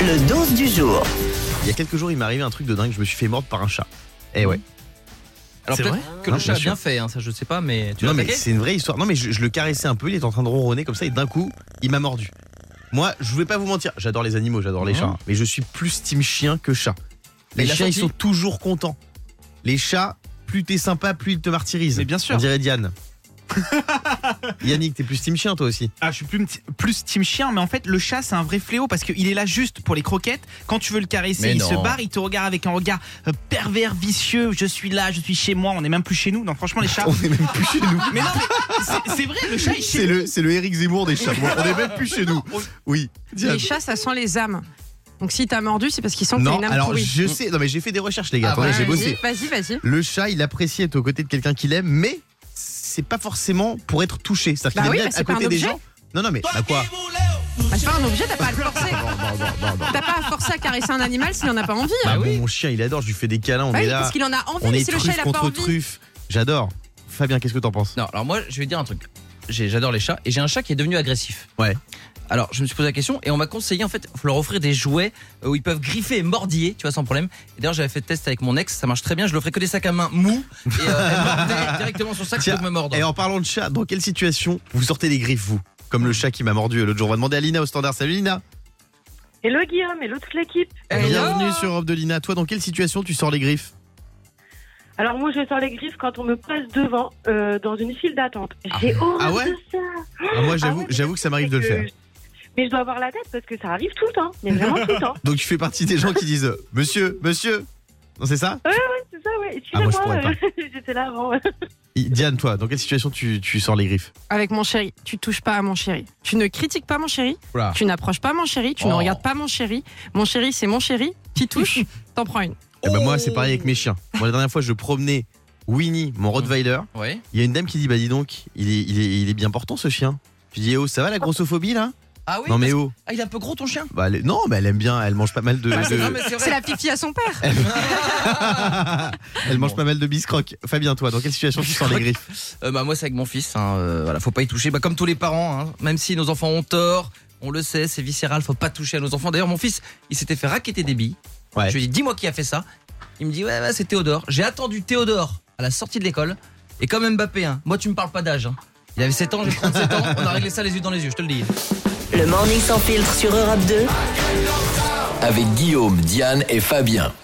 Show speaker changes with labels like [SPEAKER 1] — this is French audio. [SPEAKER 1] Le dose du jour.
[SPEAKER 2] Il y a quelques jours, il m'est arrivé un truc de dingue. Je me suis fait mordre par un chat. Eh ouais.
[SPEAKER 3] Alors
[SPEAKER 2] C'est
[SPEAKER 3] peut-être
[SPEAKER 2] vrai
[SPEAKER 3] que
[SPEAKER 2] Non,
[SPEAKER 3] le chat
[SPEAKER 2] bien
[SPEAKER 3] a bien
[SPEAKER 2] sûr.
[SPEAKER 3] fait, hein, ça je sais pas, mais tu l'as
[SPEAKER 2] non mais
[SPEAKER 3] attaqué
[SPEAKER 2] c'est une vraie histoire. Non mais je, je le caressais un peu. Il était en train de ronronner comme ça et d'un coup, il m'a mordu. Moi, je vais pas vous mentir. J'adore les animaux, j'adore les
[SPEAKER 3] Mhm.
[SPEAKER 2] chats. hein. Mais je suis plus team chien que chat.
[SPEAKER 3] Mais
[SPEAKER 2] Les
[SPEAKER 3] il a
[SPEAKER 2] chiens, ils
[SPEAKER 3] sorti.
[SPEAKER 2] sont toujours contents. Les chats, plus t'es sympa, plus ils te martyrisent.
[SPEAKER 4] Mais bien sûr.
[SPEAKER 2] On dirait Diane. Yannick, t'es plus team chien toi aussi.
[SPEAKER 4] Ah, je suis plus, plus team chien, mais en fait, le chat, c'est un vrai fléau parce qu'il est là juste pour les croquettes. Quand tu veux le caresser,
[SPEAKER 3] Mais
[SPEAKER 4] il
[SPEAKER 3] non.
[SPEAKER 4] se barre, il te regarde avec un regard euh, pervers, vicieux. Je suis là, je suis chez moi, on n'est même plus chez nous. Non, franchement, les chats.
[SPEAKER 2] On est même plus chez
[SPEAKER 3] Ah,
[SPEAKER 2] nous.
[SPEAKER 4] mais non, mais c'est- c'est vrai, le chat, il est chez
[SPEAKER 2] C'est le, c'est le Eric Zemmour des chats. Bon, on est même plus chez nous. Oui. Diane.
[SPEAKER 5] Les chats, ça sent les âmes. Donc si t'as mordu, c'est parce qu'ils sentent que t'as
[SPEAKER 2] Non,
[SPEAKER 5] une âme
[SPEAKER 2] alors
[SPEAKER 5] pourrie.
[SPEAKER 2] je sais. Non mais j'ai fait des recherches les gars.
[SPEAKER 3] Ah,
[SPEAKER 2] Attendez,
[SPEAKER 3] ouais,
[SPEAKER 2] j'ai bossé.
[SPEAKER 5] Vas-y, vas-y, vas-y.
[SPEAKER 2] Le chat, il apprécie être aux côtés de quelqu'un qu'il aime, mais c'est pas forcément pour être touché. C'est-à-dire
[SPEAKER 5] Bah
[SPEAKER 2] qu'il
[SPEAKER 5] oui,
[SPEAKER 2] aime bien
[SPEAKER 5] bah
[SPEAKER 2] être
[SPEAKER 5] c'est
[SPEAKER 2] à
[SPEAKER 5] pas
[SPEAKER 2] côté
[SPEAKER 5] un
[SPEAKER 2] des
[SPEAKER 5] objet.
[SPEAKER 2] gens. Non, non, mais bah quoi
[SPEAKER 5] Bah, c'est pas un objet, t'as pas à le forcer. T'as pas à forcer à caresser un animal s'il en a pas envie. hein.
[SPEAKER 2] Bah Mon chien, il adore, je lui fais des câlins, on
[SPEAKER 5] Bah
[SPEAKER 2] est
[SPEAKER 5] oui,
[SPEAKER 2] là.
[SPEAKER 5] parce qu'il en a envie,
[SPEAKER 2] on
[SPEAKER 5] mais
[SPEAKER 2] est
[SPEAKER 5] si le chat
[SPEAKER 2] truffe
[SPEAKER 5] il a pas
[SPEAKER 2] contre
[SPEAKER 5] envie.
[SPEAKER 2] truffe. J'adore. Fabien, qu'est-ce que t'en penses
[SPEAKER 3] Non, alors moi je vais dire un truc. J'ai- J'adore les chats et j'ai un chat qui est devenu agressif.
[SPEAKER 2] Ouais.
[SPEAKER 3] Alors je me suis posé la question et on m'a conseillé en fait, faut leur offrir des jouets euh, où ils peuvent griffer et mordiller, tu vois, sans problème. Et d'ailleurs j'avais fait le test avec mon ex, ça marche très bien. Je lui offrais que des sacs à main mous et euh, elle mordait directement sur le sac
[SPEAKER 2] Tiens,
[SPEAKER 3] pour me mordre.
[SPEAKER 2] Et en parlant de chat, dans quelle situation vous sortez les griffes, vous Comme le chat qui m'a mordu l'autre jour. On va demander à Lina au standard. Salut Lina
[SPEAKER 6] Hello Guillaume, hello toute l'équipe.
[SPEAKER 3] Hello.
[SPEAKER 2] Bienvenue sur Europe de Lina. Toi, dans quelle situation tu sors les griffes
[SPEAKER 6] Alors moi je sors les griffes quand on me passe devant euh, dans une file d'attente. J'ai horreur
[SPEAKER 2] Ah ouais
[SPEAKER 6] de ça.
[SPEAKER 2] Ah, Moi, j'avoue
[SPEAKER 6] ouais, mais
[SPEAKER 2] j'avoue que ça m'arrive de
[SPEAKER 6] c'est
[SPEAKER 2] le
[SPEAKER 6] que-
[SPEAKER 2] faire.
[SPEAKER 6] Mais je dois avoir la tête parce que ça arrive tout le temps. Mais vraiment tout le temps.
[SPEAKER 2] Donc, tu fais partie des gens qui disent euh, Monsieur, monsieur Non, c'est ça
[SPEAKER 6] C'est ça ouais.
[SPEAKER 2] Ah, moi,
[SPEAKER 6] Excusez-moi,
[SPEAKER 2] je pourrais
[SPEAKER 6] euh, j'étais là avant.
[SPEAKER 2] I- Diane, toi, dans quelle situation tu, tu sors les griffes
[SPEAKER 5] Avec mon chéri, tu touches pas à mon chéri. Tu ne critiques pas mon chéri.
[SPEAKER 2] Oula.
[SPEAKER 5] Tu n'approches pas mon chéri. Tu ne
[SPEAKER 3] Oh.
[SPEAKER 5] regardes pas mon chéri. Mon chéri, c'est mon chéri. Tu touches, t'en prends une.
[SPEAKER 2] Eh ben,
[SPEAKER 3] Oh. Mm.
[SPEAKER 2] moi, c'est pareil avec mes chiens. Moi, la dernière fois, je promenais Winnie, mon Rottweiler.
[SPEAKER 3] Ouais.
[SPEAKER 2] Il y a une dame qui dit Bah, dis donc, il est, il est, il est bien portant ce chien. Je dis eh Oh, ça va la grossophobie là
[SPEAKER 3] Ah oui.
[SPEAKER 2] Non, mais
[SPEAKER 3] parce-
[SPEAKER 2] oh.
[SPEAKER 3] Ah, il est un peu gros ton chien.
[SPEAKER 2] Bah, elle est- non, mais elle aime bien, elle mange pas mal de. de-
[SPEAKER 3] Non, mais c'est
[SPEAKER 5] C'est
[SPEAKER 3] vrai.
[SPEAKER 5] la fifi à son père.
[SPEAKER 2] elle mange pas mal de biscrocs. Fabien, toi, dans quelle situation tu sors les griffes
[SPEAKER 3] Euh, bah, moi, c'est avec mon fils. Hein, euh, voilà, faut pas y toucher. Bah, comme tous les parents, hein, même si nos enfants ont tort, on le sait, c'est viscéral, faut pas toucher à nos enfants. D'ailleurs, mon fils, il s'était fait raqueter des billes.
[SPEAKER 2] Ouais.
[SPEAKER 3] Je lui ai dit, dis-moi qui a fait ça. Il me dit, ouais, ouais, c'est Théodore. J'ai attendu Théodore à la sortie de l'école. Et comme Mbappé, hein, moi, tu me parles pas d'âge. hein. Il avait 7 ans, j'ai 37 ans. On a réglé ça les yeux dans les yeux, je te le dis.
[SPEAKER 1] Le morning sans filtre sur Europe 2.
[SPEAKER 7] avec Guillaume, Diane et Fabien.